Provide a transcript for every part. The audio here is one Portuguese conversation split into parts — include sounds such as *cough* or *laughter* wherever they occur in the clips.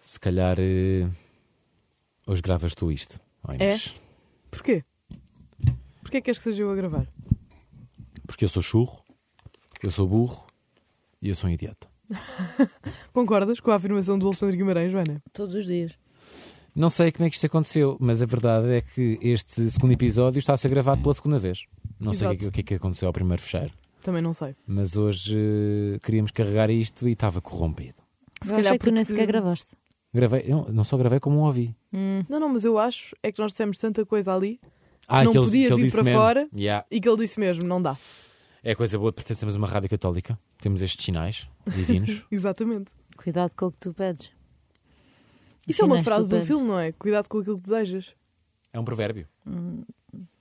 Se calhar eh, hoje gravas tu isto, ó Inês. É. Porquê? Porquê que queres que seja eu a gravar? Porque eu sou churro, eu sou burro e eu sou um idiota. Concordas com a afirmação do Alexandre Guimarães, Joana? Todos os dias. Não sei como é que isto aconteceu, mas a verdade é que este segundo episódio está a ser gravado pela segunda vez. Não sei o que, Exato. o que é que aconteceu ao primeiro fecheiro, Também não sei. mas hoje eh, queríamos carregar isto e estava corrompido. Se Eu calhar achei que tu nem sequer gravaste. Gravei, não, não só gravei como um ouvi. Hum, Não, não, mas eu acho é que nós dissemos tanta coisa ali Ah, Não que ele- podia que ele vir disse para mesmo. fora. Yeah. e que ele disse mesmo, não dá. É coisa boa de pertencermos a uma rádio católica. Temos estes sinais *laughs* divinos. Exatamente. Cuidado com o que tu pedes. Isso é uma Sinais frase do estupendos. filme, não é? Cuidado com aquilo que desejas. é um provérbio. Não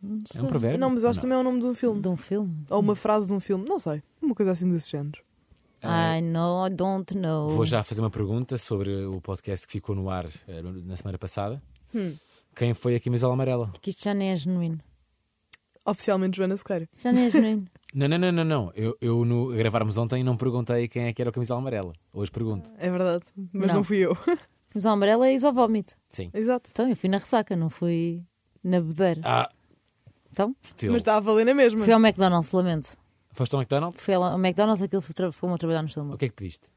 É sei. um provérbio. Não, mas eu acho que também é o nome de um filme. De Hum, um filme? Ou uma frase de um filme, não sei. Uma coisa assim desse género. Ah, I know, I don't know. Vou já fazer uma pergunta sobre o podcast que ficou no ar eh, na semana passada. Hum. Quem foi a camisola amarela? Que isto já nem é genuíno. Oficialmente Joana Sequeira. Isto Já nem *laughs* é genuíno. Não, não, não, não, não. Eu, eu no a gravarmos ontem não perguntei quem é que era o camisola amarela. Hoje pergunto. É verdade. Mas não, Não. fui eu. Mas a amarela é isovómito. Sim. Exato. Então, eu fui na ressaca, não fui na bebedeira. Ah, Então, still. Mas está a valer na mesma. fui ao McDonald's, lamento. Foste ao McDonald's? Fui ao McDonald's, aquilo foi tra- foi-me a trabalhar no O estômago. que é que pediste?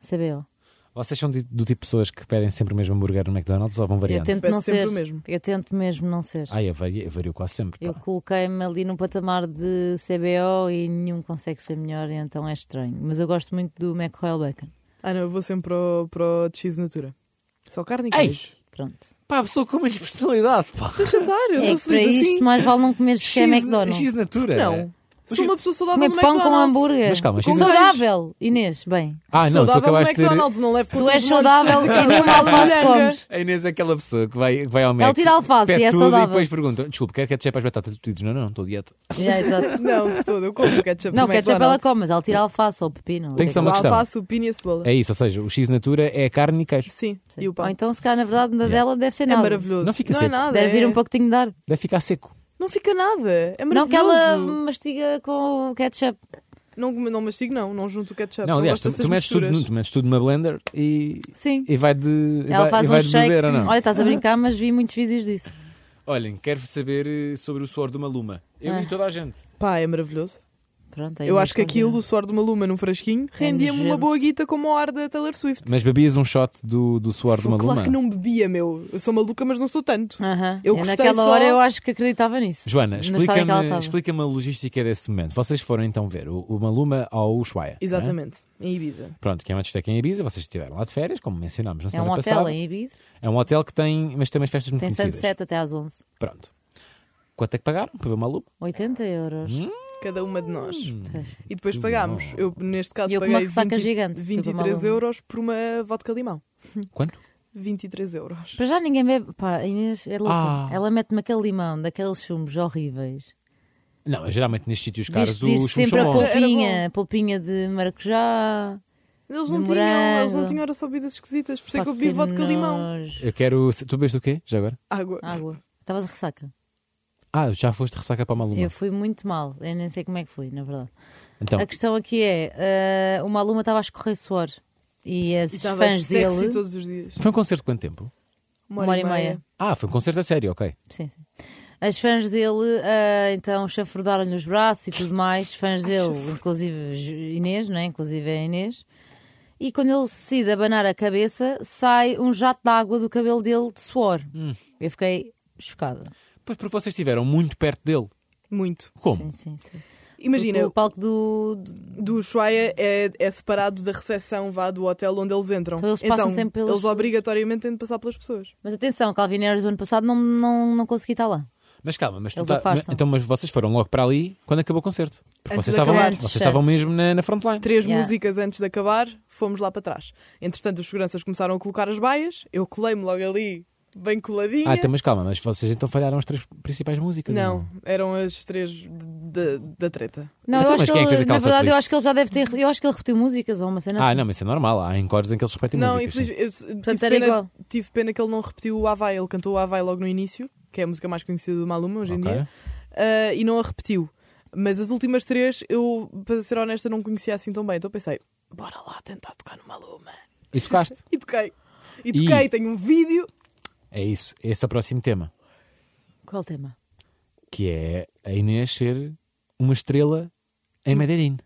CBO. Vocês são de- do tipo de pessoas que pedem sempre o mesmo hambúrguer no McDonald's ou vão Eu variando? tento Peço não sempre ser. o mesmo. Eu tento mesmo não ser. Ah, eu vario, eu vario quase sempre. Eu pá. coloquei-me ali num patamar de CBO e nenhum consegue ser melhor, então é estranho. Mas eu gosto muito do Mac Royal Bacon. Ah, não, eu vou sempre para o, para o de X Natura. Só carne e Ei! queijo. Pronto. Pá, a pessoa com menos personalidade, pá. Deixa estar, eu é sou que para feliz assim. isto mais vale não comer que é McDonald's. X Natura. é. Não. Sou uma pessoa saudável Comer no pão com McDonald's. hambúrguer. Mas calma, é Com X- saudável, Inês, *laughs* bem. Ah, não, tu saudável no acabaste de ser. McDonald's, não levo com Tu todos és os molhos saudável todos *laughs* e nem uma aquela alface moranga. comes. A Inês é aquela pessoa que vai, que vai ao Mac. Ela tira a alface pede e é tudo saudável. E depois pergunta: desculpa, quero ketchup às batatas. E Tu dizes: não, não, não, estou dieta. Yeah, exato. Não, de todo, eu como ketchup. Não, do ketchup ela é McDonald's. come, mas ela tira a alface ou o é pepino. Tem que ser O É uma questão. alface, o pino e a cebola. É isso, ou seja, o X Natura é carne e queijo. Sim, Sim. e o pão. Ou então, se calhar, na verdade, na Yeah. dela deve ser É nada. maravilhoso. Não fica é seco. nada. Deve vir é- um pouquinho de ar. Deve ficar seco. Não fica nada. É maravilhoso. Não que ela mastiga com o ketchup. Não, não mastigo, não. Não junto o ketchup. não, aliás, tu, gosto tu então dessas metes tudo, misturas. num- tu metes tudo numa blender e, Sim. e vai de. e Ela vai, faz e vai um de shake. beber ou não? Olha, estás a brincar, mas vi muitos vídeos disso. Olhem, quero saber eh, sobre o suor de uma luma. Eu Ah. e toda a gente. Pá, é maravilhoso. Pronto, aí Eu não acho que escondi, aquilo, não. o suor de uma luma num frasquinho, rendia-me uma É nojento. boa guita como o ar da Taylor Swift. Mas bebias um shot do, do suor de uma claro luma? Ah. que não bebia, meu. Eu sou maluca, mas não sou tanto. Aham. Eu Eu gostei naquela só- hora eu acho que acreditava nisso. Joana, No estado em que ela explica-me estava. explica a logística desse momento. Vocês foram então ver o, o Maluma ao Ushuaia. não é? Exatamente, em Ibiza. Pronto, que é uma discoteca em Ibiza, vocês estiveram lá de férias, como mencionámos na É semana um passada. hotel em Ibiza. É um hotel que tem, mas tem umas festas muito Tem conhecidas. sunset até às 11. Pronto. Quanto é que pagaram para ver o Maluma? 80 euros. Hum. Cada uma de nós. Pois. E depois pagámos. Eu, neste caso, E eu com paguei uma ressaca gigante, fui para 23 Maluma. euros por uma vodka limão. *laughs* Quanto? 23 euros. Para já ninguém bebe. Pá, a Inês é louca. Ah. Ela mete-me aquele limão, daqueles chumos horríveis. Não, geralmente nestes sítios caros Diz, os diz chumos sempre são a bons. pouco. Era polpinha, polpinha de maracujá. Eles De não, tinham, eles não morango. tinham, era só bebidas esquisitas. Por isso é Pá, que eu bebi vodka limão. nojo. Eu quero. Tu bebes do quê? Já agora? Água. Água. Estavas de ressaca. Ah, já foste de ressaca para o Maluma. Eu fui muito mal. Eu nem sei como é que fui, na verdade. Então, A questão aqui é: ah, uma aluna estava a escorrer suor. E as E estava fãs sexy dele. todos os dias. foi um concerto de quanto tempo? Uma hora, e meia. Ah, foi um concerto a sério, ok. Sim, sim. As fãs dele, ah, então, chafurdaram-lhe os braços e tudo *laughs* mais. Fãs dele, inclusive Ju- Inês, não é? Inclusive a Inês. E quando ele se decide abanar a cabeça, sai um jato de água do cabelo dele de suor. Hum. Eu fiquei chocada. Pois porque vocês estiveram muito perto dele. Muito. Como? Sim, sim, sim. Imagina, Porque o palco do. do- do Ushuaia é, é separado da recepção vá do hotel onde eles entram. Então eles passam sempre pelas Eles pessoas. obrigatoriamente têm de passar pelas pessoas. Mas atenção, Calvin Harris, do ano passado, não, não, não consegui estar lá. Mas calma, mas tu Eles tá- afastam. Então, mas vocês foram logo para ali quando acabou o concerto. Porque Antes vocês de estavam, acabar. vocês Antes, estavam antes. mesmo na, na frontline. Três Yeah. músicas antes de acabar, fomos lá para trás. Entretanto, os seguranças começaram a colocar as baias, eu colei-me logo ali, bem coladinha. Ah, então, mas calma, mas vocês então falharam as três principais músicas. ou Não, eram as três de- de- da treta. Não, Então, eu mas acho que quem é que fez ele, a na calça verdade, eu twist? acho que ele já deve ter. Eu acho que ele repetiu músicas ou uma cena Ah, assim. não, mas isso é normal. Há encodes em que eles repetem não, músicas. sim. infelizmente, eu- eu tive, Portanto, era pena, igual. tive pena que ele não repetiu o Havaí. Ele cantou o Havaí logo no início, que é a música mais conhecida do Maluma hoje em Ok. dia. Ah, e não a repetiu. Mas as últimas três, eu, para ser honesta, não conhecia assim tão bem. Então pensei, bora lá tentar tocar no Maluma. E tocaste. E toquei. E toquei, tenho um vídeo. É isso. Esse é o próximo tema. Qual *laughs* o tema? Que é a Inês ser uma estrela em Medellín.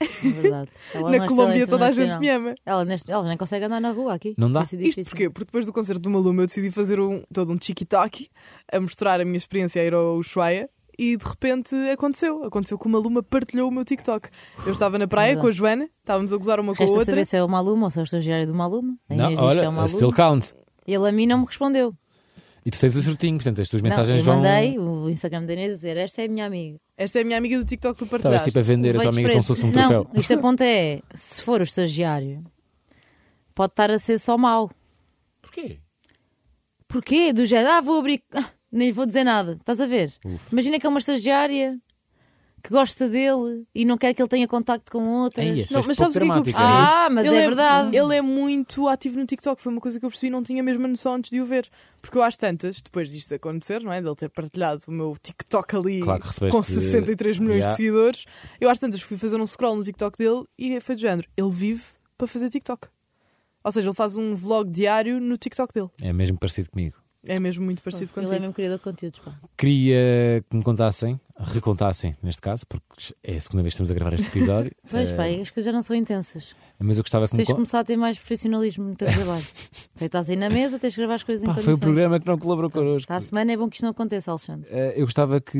É verdade. Ela é uma na Colômbia estrela toda a gente internacional. me ama. Ela, neste, ela nem consegue andar na rua aqui. Não dá. Tem sido Isto difícil. porquê? Porque depois do concerto do Maluma eu decidi fazer um, todo um tiki-taki a mostrar a minha experiência a ir ao Ushuaia e de repente aconteceu. Aconteceu que o Maluma partilhou o meu TikTok. Eu estava na praia com a Joana, estávamos a gozar uma com a Resta outra. saber se é o Maluma ou se é o estagiário do Maluma. A não, Inês diz que olha, é o a Maluma. still count. Ele a mim não me respondeu. E tu tens o certinho, portanto as tuas mensagens não, eu vão. mandei o Instagram da Inês a dizer: Esta é a minha amiga. Esta é a minha amiga do TikTok que tu Estavas partilhaste. tipo a vender a tua Levei amiga como se fosse um desprezo. troféu. *laughs* Não, isto a ponta é: se for o estagiário, pode estar a ser só mau. Porquê? Porquê? Do género, ah, vou abrir. Ah, nem vou dizer nada, estás a ver? Imagina que é uma estagiária que gosta dele e não quer que ele tenha contacto com outras. Ei, Não, és mas pouco sabes o que é que eu dramática. percebi? Ah, mas é, verdade. Ele é muito ativo no TikTok, foi uma coisa que eu percebi e não tinha mesmo a noção antes de o ver. Porque eu às tantas, depois disto acontecer, não é? Dele ter partilhado o meu TikTok ali Claro que recebeste- com 63 milhões Yeah. de seguidores, eu às tantas fui fazer um scroll no TikTok dele e foi do género. Ele vive para fazer TikTok. Ou seja, ele faz um vlog diário no TikTok dele. É mesmo parecido comigo. É mesmo muito parecido Ele é contigo. mesmo criador de conteúdos. Pá. Queria que me contassem, recontassem neste caso, porque é a segunda vez que estamos a gravar este episódio. *laughs* Pois Eh, bem, as coisas já não são intensas. Mas eu gostava que me Tens de con- começar a ter mais profissionalismo *laughs* no teu trabalho. Sei, estás aí na mesa, tens de gravar as coisas em Pá, Foi o condições. programa que não colaborou connosco. Para a semana é bom que isto não aconteça, Alexandre. Eh, Eu gostava que, que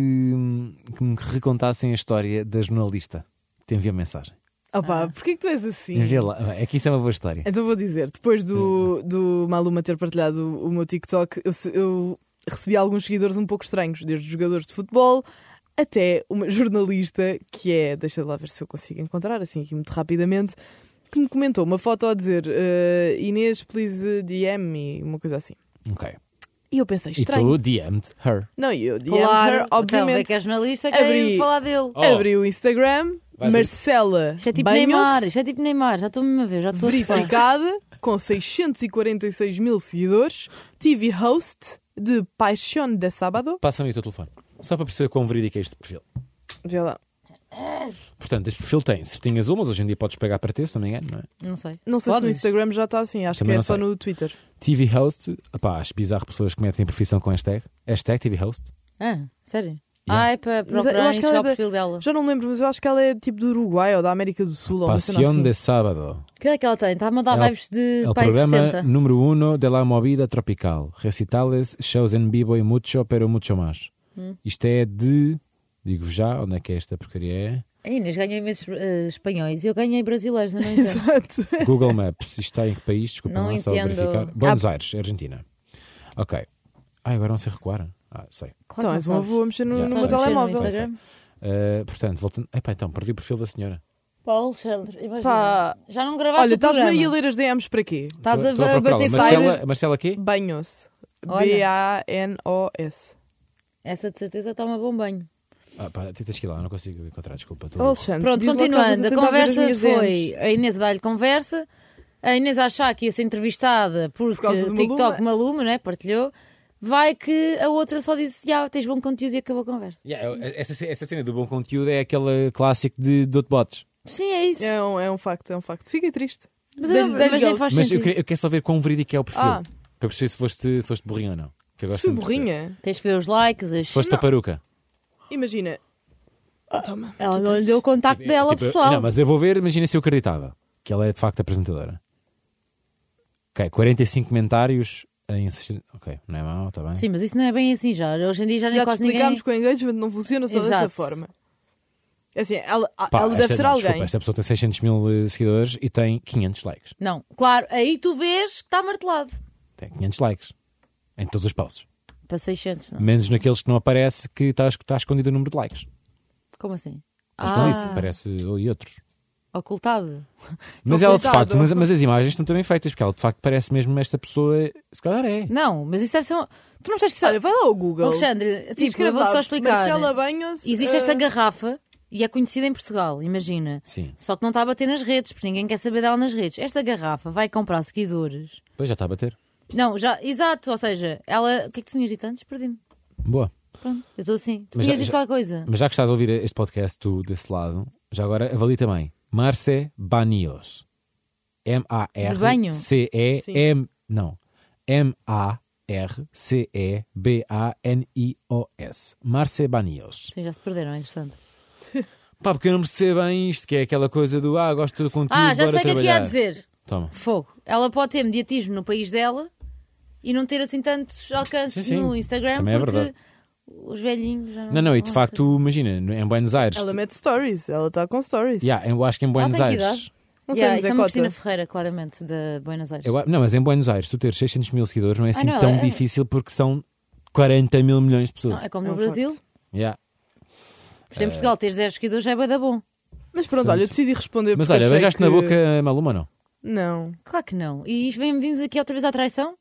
me recontassem a história da jornalista. Te envia mensagem. Ah pá, porquê que tu és assim? Envia lá. É que isso é uma boa história. Então vou dizer, depois do, do Maluma ter partilhado o meu TikTok, eu, se- eu recebi alguns seguidores um pouco estranhos, desde jogadores de futebol até uma jornalista que é, deixa lá ver se eu consigo encontrar assim aqui muito rapidamente, que me comentou uma foto a dizer eh, Inês, please DM me, uma coisa assim. Ok. E eu pensei, E estranho. tu DM'd her. Não, e eu DM her, Então, é obviamente. que é jornalista, Abri- quer falar dele. Oh. Abri o Instagram, Vai ser- Marcela Isto é tipo Banhos, Neymar, isto é tipo Neymar, já estou mesmo a ver, já estou a topar. verificada, com 646 mil seguidores, TV host de Paixão de Sábado. Passa-me o teu telefone. Só para perceber quão verídico é este perfil. Vê lá. Portanto, este perfil tem certinhas umas, hoje em dia podes pagar para ter, se não me engano, não é? Não sei. Não sei se no Podes? Instagram já está assim, acho Também que não é só sei. no Twitter. TV host, opá, acho bizarro pessoas que metem a profissão com hashtag. Hashtag TV host. Ah, sério? Yeah. Ah, é para eu procurar acho que ela o é da- perfil dela. Já não lembro, mas eu acho que ela é tipo do Uruguai ou da América do Sul. ou uma cena Pasión assim. *laughs* de sábado. Que é que ela tem? Está a mandar É o- vibes de El pai programa 60. número uno de la movida tropical. Recitales, shows en vivo y mucho, pero mucho más. Hum. Isto é de. Digo-vos já onde é que é esta porcaria A Inês ganha imensos eh, espanhóis e eu ganhei brasileiros, não é? Exato. *laughs* é. Google Maps. Isto está em que país? Desculpa, Não não, é só entendo. verificar. Buenos Aires, Argentina. Ok. Ah, agora não sei recuar. Ah, sei. Então és um avô a mexer no, Já no sei, meu sei, telemóvel. sei, sei. Ah, portanto, voltando. Epá, então, perdi o perfil da senhora. Paulo Alexandre, imagina. Pá. Já não gravaste Olha, o programa. estás-me aí a ler as DMs para quê? Estás a, Estou- estou a procurá-la. bater Marcela, Marcela aqui? Banhos. Olha. B-A-N-O-S. Essa de certeza está uma bom banho. Ah, pá, tens que ir lá, não consigo encontrar, desculpa. estou Oh, louco. Alexandre, Pronto, diz lá que estavas continuando. A tentar ver conversa as minhas DMs. foi... A Inês dá-lhe conversa. A Inês a achar que ia ser entrevistada porque Por causa do é? TikTok Maluma, né? Partilhou. Vai que a outra só disse, já, tens bom conteúdo e acabou a conversa. Yeah, eu- essa, essa cena do bom conteúdo é aquele clássico de Dotbots. Sim, é isso. É um, é um facto, é um facto. Fiquei triste. Mas eu não- Dei-lhe- mas dei-lhe nem faz- Mas gozo. eu, sentido. queria- eu quero só ver quão verídico é o perfil. Ah. Para perceber se foste, se foste burrinha ou não. Que eu Se gosto fui de perceber. burrinha. Tens de ver os likes, as Se foste paparuca. Imagina. Toma. Ela não lhe deu o contacto dela, Tipo, eu- pessoal. Não, mas eu vou ver, imagina se eu acreditava que ela é de facto apresentadora. Ok, 45 comentários a insistir. Ok, não é mau, está bem. Sim, mas isso não é bem assim já. Hoje em dia já nem Já te quase ninguém. explicámos que o engagement não funciona só dessa Exato. forma. Assim, ela, a- Pá, ela esta- deve ser não, alguém. Desculpa, esta pessoa tem 600 mil eh, seguidores e tem 500 likes. Não, claro, aí tu vês que está martelado. Tem 500 likes. Em todos os postos. Para 600, não? é? Menos naqueles que não aparece que está, está escondido o número de likes. Como assim? Mas estão Ah, isso, parece e outros. Ocultado. Mas ela de soltado. facto, mas, mas as imagens estão também feitas, porque ela de facto parece mesmo esta pessoa. Se calhar é. Não, mas isso deve ser um... Tu não tens que Olha, saber. vai lá ao Google. Alexandre, e tipo, eu vou lá, só explicar. Marcela Banhos. Existe eh, esta garrafa e é conhecida em Portugal, imagina. Sim. Só que não está a bater nas redes, porque ninguém quer saber dela nas redes. Esta garrafa vai comprar seguidores. Pois já está a bater. Não, já, exato, ou seja, ela. O que é que tu tinhas dito antes? Perdi-me. Boa. Pronto, eu estou assim. Tu Mas já- tinhas dito já- qualquer coisa. Mas já que estás a ouvir este podcast, tu desse lado, já agora avalie também. Marce Banios. M-A-R. De banho? C-E-M. Não. M-A-R-C-E-B-A-N-I-O-S. Marcebanios. Sim, já se perderam, é interessante. Pá, porque eu não percebo bem isto, que é aquela coisa do ah, gosto do conteúdo, Ah, já bora sei o que é que ia trabalhar. a dizer. Toma. Fogo. Ela pode ter mediatismo no país dela e não ter assim tantos alcances Sim, sim. no Instagram Também é porque verdade. os velhinhos já Ah, não. Não, não, e de vão facto, imagina, no- em Buenos Aires. Ela mete stories, ela está com stories. Yeah, eu acho que em Buenos tem que Aires. Não ser. sei, Yeah, mas isso é é uma cota. Cristina Ferreira, claramente, de Buenos Aires. Eu a- não, mas em Buenos Aires, tu ter 600 mil seguidores não é assim não, tão é- difícil porque são 40 mil milhões de pessoas. Não, é como É no um Brasil. facto. Yeah. Mas em Portugal, teres 10 seguidores já é bué da bom. Mas pronto, olha, eu decidi responder Mas porque olha, achei beijaste que... na boca a Maluma ou não? Não. Claro que não. E isto vem- vimos aqui outra vez à traição?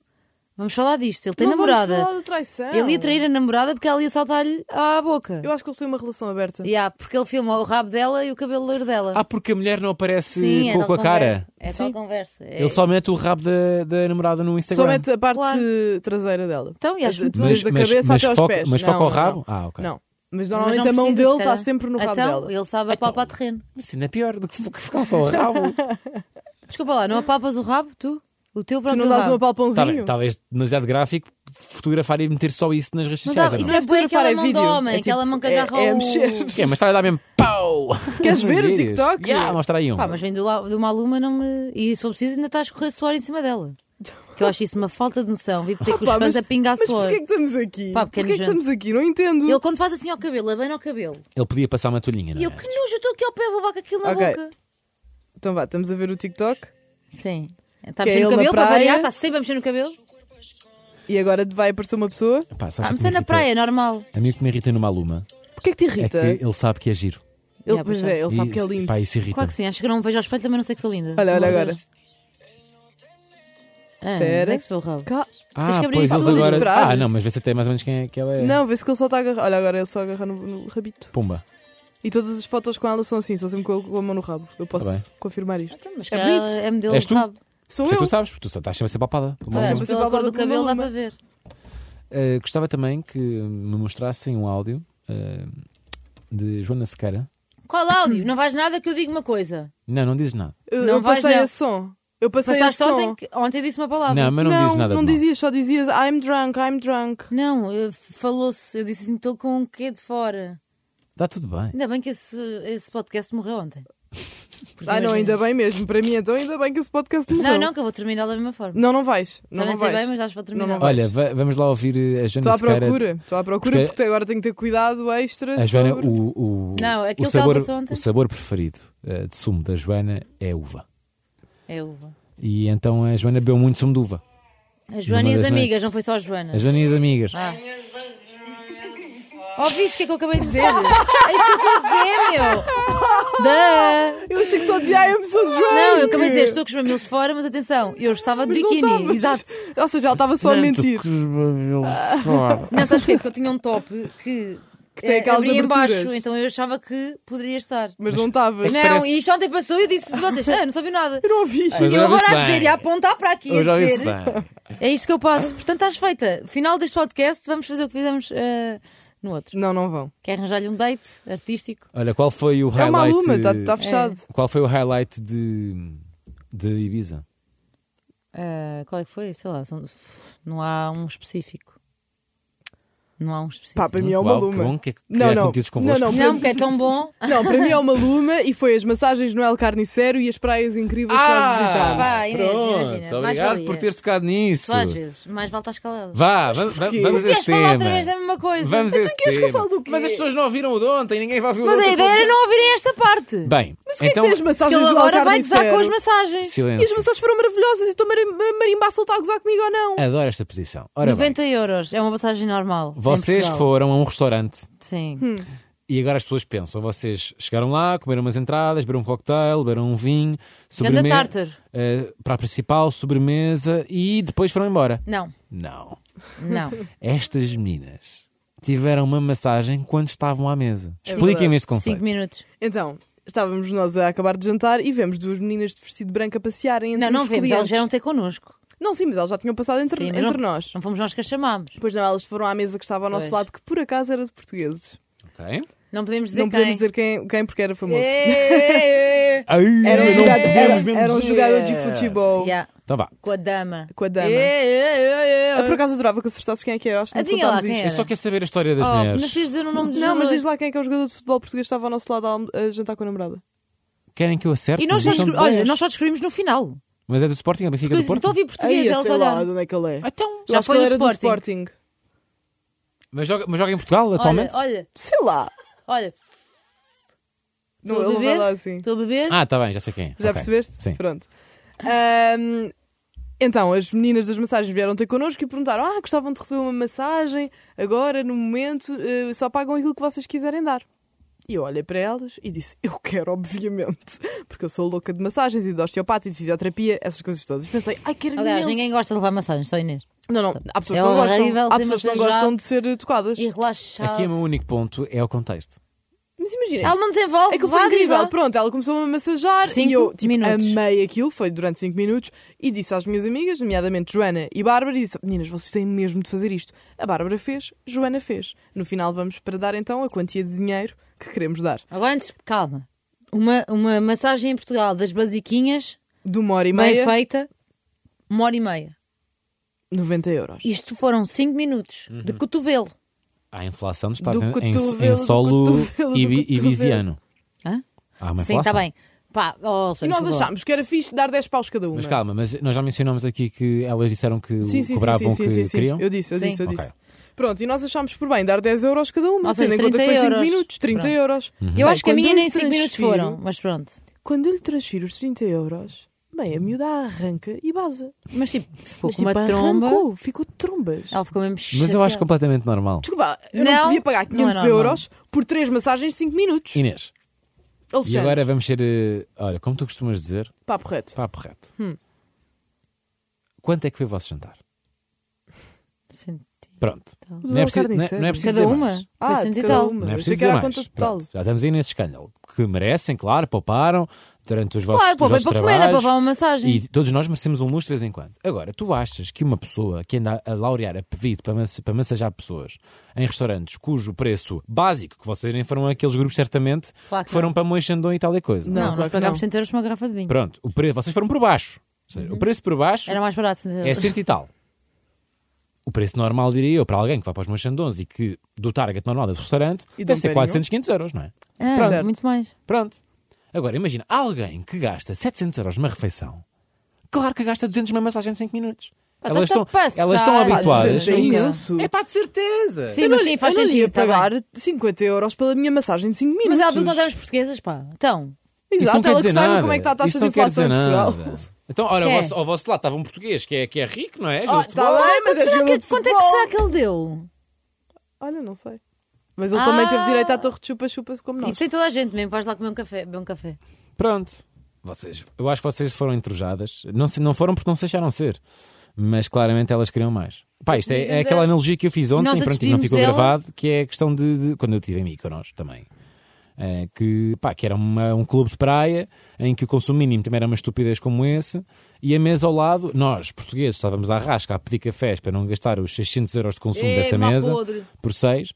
Vamos falar disto. Ele tem Não vamos namorada. falar de traição. Ele ia trair a namorada porque ela ia saltar-lhe à boca. Eu acho que eles têm uma relação aberta. Yeah, porque ele filma o rabo dela e o cabelo loiro dela. Ah, porque a mulher não aparece Sim, é com, tal com a cara. conversa. É tal Sim. conversa. É- Ele só mete o rabo da, da namorada no Instagram. Só mete a parte Claro. traseira dela. Então, e acho muito bem. mas, desde a mas, cabeça mas até aos foca, pés. Mas Não, foca o não, rabo? Ah, ok. Não. Mas Mas normalmente não a mão precisa, dele se está calhar. sempre no rabo então, dela. Ele sabe Então. apalpar terreno. Mas isso ainda é pior do que fo- ficar só o *laughs* rabo. Desculpa lá, *laughs* não apapas o rabo, tu? O teu Tu próprio não dás um rabo. Tá bem, apalpãozinho? talvez demasiado gráfico fotografar e meter só isso nas redes Mas sociais. há- ou isso não? Não é é bem fotografar, aquela é mão de vídeo. homem, É tipo- aquela mão que é- agarra é o... mexer. *laughs* É, mas está a dar mesmo pau! Queres Nos ver o vídeos. TikTok? Yeah, mostra aí um. Uhum. Pá, mas vem do, la- de uma aluna não me... E se for preciso ainda está a escorrer suor em cima dela. Que eu acho isso uma falta de noção. *laughs* Vi porque é que os Pá, fãs mas- a pingar Mas suor. porquê que estamos aqui? Pá, porquê pequeno que gente. estamos aqui? Não entendo. Ele quando faz assim ao cabelo, abana ao cabelo. Ele podia passar uma toalhinha, não E eu, é? que nojo, eu estou aqui ao pé, vou levar com aquilo na Ok. boca. Então vá, estamos a ver o TikTok Sim. Está a Que é mexer no ele na cabelo, para praia. variar, está sempre a mexer no cabelo. e agora vai aparecer uma pessoa. Pá, sabes Ah, o que mas me é na irrita? praia, normal. A mim o que me irrita no Maluma Porquê que te é que irrita? ele sabe que é giro. Ele, Já, pois pois é, é. ele sabe E que é isso- lindo. Pá, isso irrita. Claro que sim, acho que não me vejo ao espelho, também não sei que sou linda. Olha, olha Oh, meu agora. Deus. Ah, Pera. onde é que se vê o rabo? Cá- Ah, Tens que abrir pois isso eles tudo. agora. Esperar. Ah, não, mas vê se até mais ou menos quem é que ela é. Não, vê-se que ele só está a agarrar. Olha, agora ele só agarra no, no rabito. Pumba. E todas as fotos com ela são assim, são sempre com a, com a mão no rabo. Eu posso Tá bem. confirmar isto. Então, mas É cá bonito. É modelo És de tu? rabo. Sou Mas eu. é tu sabes, porque tu estás sempre a ser papada. pelo Tá, Sim, Maluma. mas pela igual cor ao do do cabelo dá Maluma. para ver. Uh, gostava também que me mostrassem um áudio uh, de Joana Sequeira. Qual áudio? Não vais nada que eu diga uma coisa. Não, não dizes nada. Eu, Não eu vais, passei não. a som. Eu passei Passaste a som. ontem, que- ontem disse uma palavra. Não, mas não, dizes nada. não de mal. dizias, só dizias I'm drunk, I'm drunk. Não, eu- falou-se, eu disse assim, estou com um quê de fora. Está tudo bem. Ainda bem que esse, esse podcast morreu ontem. Porque Ah, não, imagina- ainda bem mesmo. Para mim, então, ainda bem que esse podcast morreu. Não, não, que eu vou terminar da mesma forma. Não, não vais. Já Não, nem não sei vais. bem, mas acho que vou terminar. Não, não vais. Olha, va- vamos lá ouvir uh, a Estou Joana à Sequeira. procura. Estou à procura Porque- porque, agora tenho que ter cuidado extra. A Joana, sobre- o, o, Não, o, aquilo que ela sabor, passou ontem. o sabor preferido uh, de sumo da Joana é uva. É uva. E então a Joana bebeu muito sumo de uva. A Joana Numa e as das amigas, noites. É não foi só a Joana. A Joana e as amigas. Ah. Ouviste o que é que eu acabei de dizer? É isso que eu estou a *laughs* dizer, meu! Da. Eu achei que só dizia I'm so drunk. Não, eu acabei de dizer, estou com os mamilos fora, mas atenção, eu estava de é Mas não biquíni. estavas. Exato. Ou seja, ela estava só a mentir. Não, sabes porquê? Porque eu tinha um top *laughs* que, que tem aquelas abria em baixo, aberturas. então eu achava que poderia estar. Mas não estava. não, É parece- e isto ontem passou e eu disse a vocês, ah, não só vi nada. Eu não ouvi. Mas E eu olha-se agora a bem. dizer e a apontar para aqui a Eu já ouvi dizer, isso bem. é isto que eu passo. Portanto, estás feita. Final deste podcast, vamos fazer o que fizemos eh, no outro. Não, não vão. Quer arranjar-lhe um date artístico? *laughs* Olha, qual foi o É uma highlight? aluna, está tá fechado. É. Qual foi o highlight de, de Ibiza? Ah, qual é que foi? Sei lá, são- não há um específico. Não há um específico. Pá, para mim é uma Uau, que luma. bom que é que Não, criar não. conteúdos Não, convosco. não. não, porque é tão bom. Não, para mim é uma luma e foi as massagens no El Carnicero e as praias incríveis que nós visitámos. Pá, Inês, Ah, Pronto, imagina, mais obrigado valia. por teres tocado nisso. Só às vezes, mais vale estar escalado. Vá, vamos, porquê? vamos a Queres esse falar outra tema. vez da mesma coisa? Vamos assim. a Então esse queres que eu tema. fale do quê? Mas as pessoas não ouviram o de ontem, ninguém vai ouvir o Mas de a ontem. ideia era não ouvirem esta parte. Bem, Então, então. as porque massagens ele do El agora vai gozar Carnicero. com as massagens. E as Silêncio. massagens foram maravilhosas e estou mar- marimba a gozar comigo ou não? Adoro esta posição. Ora bem, 90 euros é uma passagem normal. em vocês Portugal. foram a um restaurante Sim. Hum. E agora as pessoas pensam, vocês chegaram lá, comeram umas entradas, beberam um cocktail, beberam um vinho, Ganda sobremesa, Tartar. para a principal, sobremesa e depois foram embora. Não, Não. *laughs* não. Estas meninas tiveram uma massagem quando estavam à mesa. Expliquem-me verdade. este conceito. 5 minutos. Então, estávamos nós a acabar de jantar e vemos duas meninas de vestido branco a passearem entre Não, não Então os vemos, clientes. eles vieram ter connosco. Não, sim, mas elas já tinham passado entre, Sim, mas entre não- nós. Não fomos nós que a chamámos. Depois não, elas foram à mesa que estava ao nosso Pois. lado, que por acaso era de portugueses. Ok. Não podemos dizer Não podemos quem. É, dizer quem, quem porque era famoso. Ê, ê, ê. Era um Não jogador, podemos era, era um jogador de futebol é, *laughs* Yeah, Então vá. Com a dama. com a dama. Ê, ê, ê, ê. Ah, por acaso adorava que acertasses quem é que era, acho que não Adivinha contámos lá quem isto. Eu só quero saber a história das Oh, mas mulheres. tens de dizer o nome dos Não, mas diz jogadores. lá quem é que é o jogador de futebol português que estava ao nosso lado a, alm- a jantar com a namorada. Querem que eu acerte? E nós já Mas são descobri- olha, dez. nós então- só descobrimos no final. Mas é do Sporting, é Benfica Porque do se Porto? ouvi português, Ai, eu eles sei lá de olharam. onde é que ele é. Então, Eu Já acho que foi ele do era do Sporting. Sporting. mas joga, mas joga em Portugal Olha, atualmente? olha, Sei lá. olha. Não, Estou a ele não vai beber? lá assim. Estou a beber. Ah, está bem, já sei quem é. Já Ok. percebeste? Sim. Pronto. Ahm, então, as meninas das massagens vieram ter connosco e perguntaram: Ah, gostavam de receber uma massagem, agora, no momento, eh, só pagam aquilo que vocês quiserem dar. E eu olhei para elas e disse: Eu quero, obviamente, porque eu sou louca de massagens e de osteopata e de fisioterapia, essas coisas todas. Pensei: Ai, quero Aliás, imenso." ninguém gosta de levar massagens, só Inês. Não, não, há pessoas É que não horrível gostam, há ser pessoas que não massageado. gostam de ser tocadas. é E relaxado. Aqui o meu único ponto é o contexto. Mas imagina, Ela não desenvolve. É que foi vá, diz incrível. lá. Pronto, ela começou a massajar Cinco e eu tipo, minutos. amei aquilo, foi durante 5 minutos, e disse às minhas amigas, nomeadamente Joana e Bárbara, e disse: Meninas, vocês têm mesmo de fazer isto. A Bárbara fez, Joana fez. No final vamos para dar então a quantia de dinheiro que queremos dar. Agora antes, calma. Uma, uma massagem em Portugal das basiquinhas, De uma hora e bem meia, feita, uma hora e meia. 90 euros. Isto foram 5 minutos de Uhum. cotovelo. Há inflação dos Estados Do em- em, cotovelo, em do solo cotovelo, do ibi- cotovelo. ibiziano. Hã? Há uma Sim, Ah, inflação. está bem. Pá, oh, E sei, nós desculpa lá. achámos que era fixe dar 10 paus cada uma. Mas calma, mas nós já mencionamos aqui que elas disseram que cobravam que queriam. Eu disse, eu Sim. disse, eu disse. Ok. Pronto. Pronto, e nós achámos por bem dar 10 euros cada uma, Ou seja, tendo em conta que 30 foi 5 euros. minutos, 30 Pronto. euros. Uhum. Eu Uhum. Bem, acho que a quando minha eu nem 5 minutos transfiro- foram, mas pronto. Quando eu lhe transfiro os 30 euros, bem, a miúda arranca e baza. Mas tipo, ficou Mas, com uma tipo, tromba. arrancou, ficou de trombas. Ela ficou mesmo Mas eu acho chateada. completamente normal. Desculpa, eu não, Não, podia pagar não é 500 normal. euros por três massagens de 5 minutos. Inês, Alexandre, e agora vamos ser. eh, Olha, como tu costumas dizer, papo reto. papo reto. Quanto é que foi o vosso jantar? Sim. Pronto. Então. Não é preciso, Carne e não é- não é sangue. preciso Cada dizer uma? mais. Ah, Foi de cento e cada tal. uma. Não é Eu preciso achei que dizer era a mais. conta total. Pronto, já estamos aí nesse escândalo. Que merecem, claro, pouparam durante os vossos, Claro, pô, os bem vossos para comer, não é para trabalhos. levar uma massagem. e todos nós merecemos um luxo de vez em quando. Agora, tu achas que uma pessoa que anda a laurear a pedido para, mas- para massajar pessoas em restaurantes cujo preço básico, que vocês nem foram aqueles grupos certamente, Claro que que foram para Moe Xandão e tal e coisa. é? Não, Não, nós claro que não. pagámos 100 euros por uma garrafa de vinho. Pronto, o preço, vocês foram por baixo. Ou seja, O preço por baixo Uhum. Era mais barato, 100 é *laughs* euros. cento e tal. O preço normal, diria eu, para alguém que vai para os Moixandons e que do target normal desse restaurante, E deve Dom ser Perignon? 400, 500 euros, não é? Ah, Pronto. muito mais. Pronto. Agora, imagina, alguém que gasta 700 euros numa refeição, claro que gasta 200 numa massagem de 5 minutos. Pá, elas, estás-te estão, a passar. elas estão Pá, habituadas. gente, é imenso. É pá, de certeza. Sim, mas sim, faz eu não lhe ia sentido. tá bem. pagar 50 euros pela minha massagem de 5 minutos. Mas é ela pergunta aos portuguesas, pá. Então, Isso não Exato, quer ela dizer que saiba nada. como é que está a taxa Isso de não quer inflação dizer em Portugal. *laughs* nada. Então, olha, ao Quer? vosso, ao vosso lado estava um português que é, que é rico, não é? Oh, Justo. tá bem, mas é será jogador que, de quanto é que futebol. será que ele deu? Olha, não sei. Mas ele Ah. também teve direito à torre de chupa-chupas como nós. Isso tem toda a gente mesmo. Vais lá comer um café, beber um café. Pronto. Vocês, eu acho que vocês foram entrejadas. Não, se- não foram porque não se deixaram ser. Mas claramente elas queriam mais. Pá, isto é, é aquela analogia que eu fiz ontem, Nós a pronto, e não ficou despedimos dela. gravado, que é a questão de, de- quando eu tive em Mykonos também. eh, que, pá, que era uma- um clube de praia em que o consumo mínimo também era uma estupidez como esse, e a mesa ao lado, nós portugueses estávamos à rasca a pedir cafés para não gastar os 600 euros de consumo Ei, dessa má mesa, É, podre. por 6,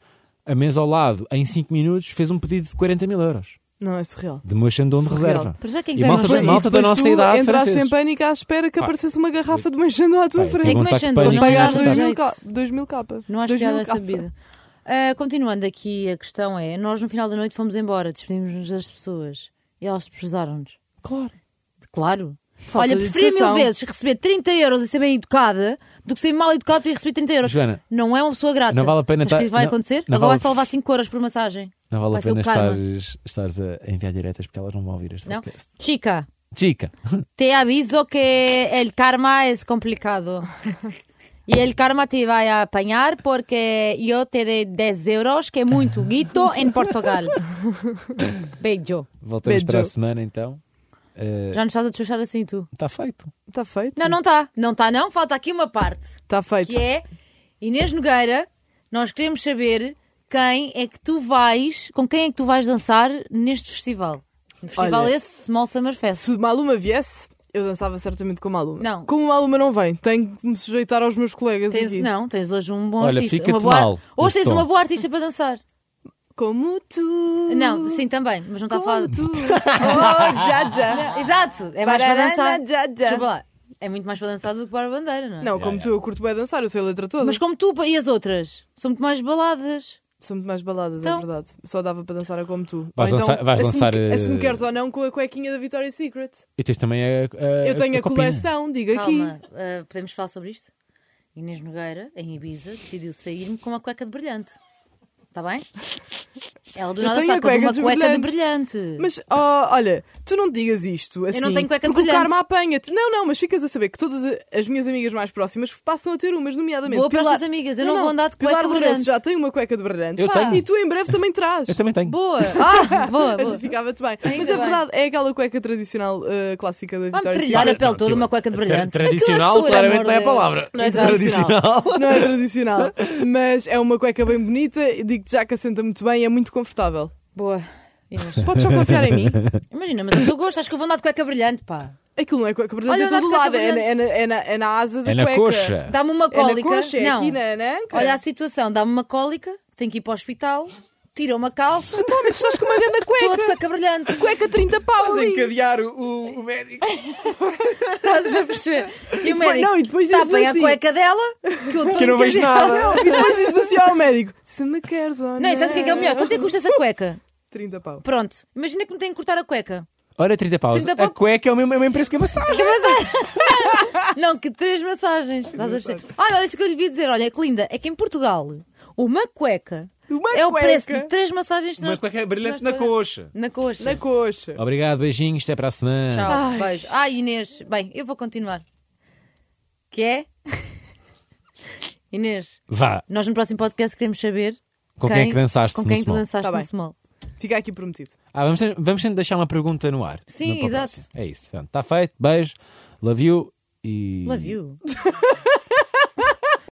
a mesa ao lado, em 5 minutos, fez um pedido de 40 mil euros Não, é surreal. de Moixandão de Surreal. reserva. Para já quem um E quer malta mais da- bem. malta da Depois nossa tu idade, entraste franceses. em pânico à espera que Pá. aparecesse uma garrafa de manjando à tua Pá, eu tive frente. Tem É que um ataque de manjar, pânico não quando pagas esta dois tarde. mil. 2000 ca- jeito. 2000 capa. é Não acho é 2000 piada essa capa. bebida. Ah, continuando aqui, a questão é: nós no final da noite fomos embora, despedimos-nos das pessoas e elas desprezaram-nos. Claro. Claro. Falta Olha, de preferia mil educação. vezes receber 30 euros e ser bem educada do que ser mal educada e receber 30 euros. Joana, não é uma pessoa grata. não vale a pena Sabes o que tá- vai não- acontecer? não Agora vale- vai salvar 5 euros por massagem. Não vale Vai a ser o pena karma. estares, estares a enviar diretas porque elas não vão ouvir este Não? podcast. Chica, Chica, *laughs* te aviso que el karma *laughs* es complicado. E el karma te vai apanhar porque eu te dei 10 euros, que é muito guito *laughs* em Portugal. Beijo. voltamos Beijo. para a semana então. Eh, Já nos estás a desfechar assim tu. Está feito. Está Tá feito. Não, não está. Não está, não. Falta aqui uma parte. Está feito. que é Inês Nogueira, nós queremos saber quem é que tu vais, com quem é que tu vais dançar neste festival. No festival Olha. esse, Small Summer Fest. Se o Maluma viesse, eu dançava certamente com o Maluma. Não. Como o Maluma não vem, tenho que me sujeitar aos meus colegas Tens- aqui. não, tens hoje um bom Olha, artista. fica-te uma boa, mal hoje este tens tom. uma boa artista para dançar. Como tu. Não, sim, também, mas não está a como falar. *laughs* tu. Oh, já, já. Não, exato, é mais para Bararana, dançar. já, já. Desculpa lá. É muito mais para dançar do que para a bandeira, não é? Não, como tu, eu curto bem dançar, eu sei a letra toda. Mas como tu e as outras? São muito mais baladas. São muito mais baladas, Então. é verdade. Só dava para dançar a como tu. Vais Ou então, lançar- vais assim lançar, que- eh, assim me queres ou não, com a cuequinha da Victoria's Secret. E tens também a. a- Eu tenho a, copinha. coleção, digo Calma, aqui. ah, podemos falar sobre isto? Inês Nogueira, em Ibiza, decidiu sair-me com uma cueca de brilhante. Está bem? Ela do Eu nada tenho a sacou de cueca uma de cueca de brilhante. Mas, oh, olha, tu não digas isto assim. não tenho cueca de porque o brilhante. karma apanha-te. Não, não, mas ficas a saber que todas as minhas amigas mais próximas passam a ter umas, nomeadamente. Boa para as Pilar- tuas amigas, eu não vou andar de Pilar cueca de Lourenço brilhante. já tem uma cueca de brilhante. Eu tenho. E tu em breve também traz. Eu também tenho. Boa! *laughs* Ah, boa, boa. Ficava-te bem. Ainda mas a bem. verdade é aquela cueca tradicional eh, clássica da Vamos Vitória. trilhar a pele toda Não, uma cueca de brilhante. Tra- Tradicional, Aquela sura, claramente amor não é a de- palavra. *laughs* Não é tradicional. Não é tradicional, mas é uma cueca bem bonita e digo-te já que assenta muito bem e é muito confortável. Boa. Inês. Podes só confiar *laughs* em mim. Imagina, mas o teu gosto, acho que eu vou andar de cueca brilhante, pá. Aquilo não é cueca brilhante, Olha, é todo lá de lado. cueca É, na- é na, é, na, é na asa da É na cueca. coxa. Dá-me uma É na cólica. coxa, é não. aqui na, na anca. Olha a situação, dá-me uma cólica, tenho que ir para o hospital, tira uma calça, Toma, tu estás com uma grande *laughs* toda de Então, cueca. cueca brilhante. Cueca 30 pau ali. encadear o, médico. Estás a perceber? E, o depois- médico não, e depois está diz-lhe bem assim- a *laughs* cueca dela, que eu, Que eu não vejo nada. E depois diz assim ao médico: se me queres ou não. Não, e sabes o que é, que é o melhor? Quanto é que custa essa cueca? 30 pau. Pronto, imagina que me têm que cortar a cueca. Ora, 30 paus. 30 a paus. cueca é o mesmo, é o mesmo preço que a massagem. Que massagem? *laughs* não, que três massagens. Estás a perceber? Ai, olha isso que eu lhe vi dizer. Olha, que linda. É que em Portugal, uma cueca Uma é o cueca. preço de três massagens trans- transtornadas. é coxa. Na coxa. Na coxa. Obrigado, beijinhos, até para a semana. Tchau. Ai. Beijo. Ai, Inês. Bem, eu vou continuar. Que é. *laughs* Inês, Vá. nós no próximo podcast queremos saber. Com quem é que dançaste Com no quem tu small. dançaste Tá no bem. small. Fica aqui prometido. Ah, vamos, ter- vamos sempre deixar uma pergunta no ar. Sim, No- para o exato. tá próximo. É isso. Está feito. Beijo. Love you. E... Love you.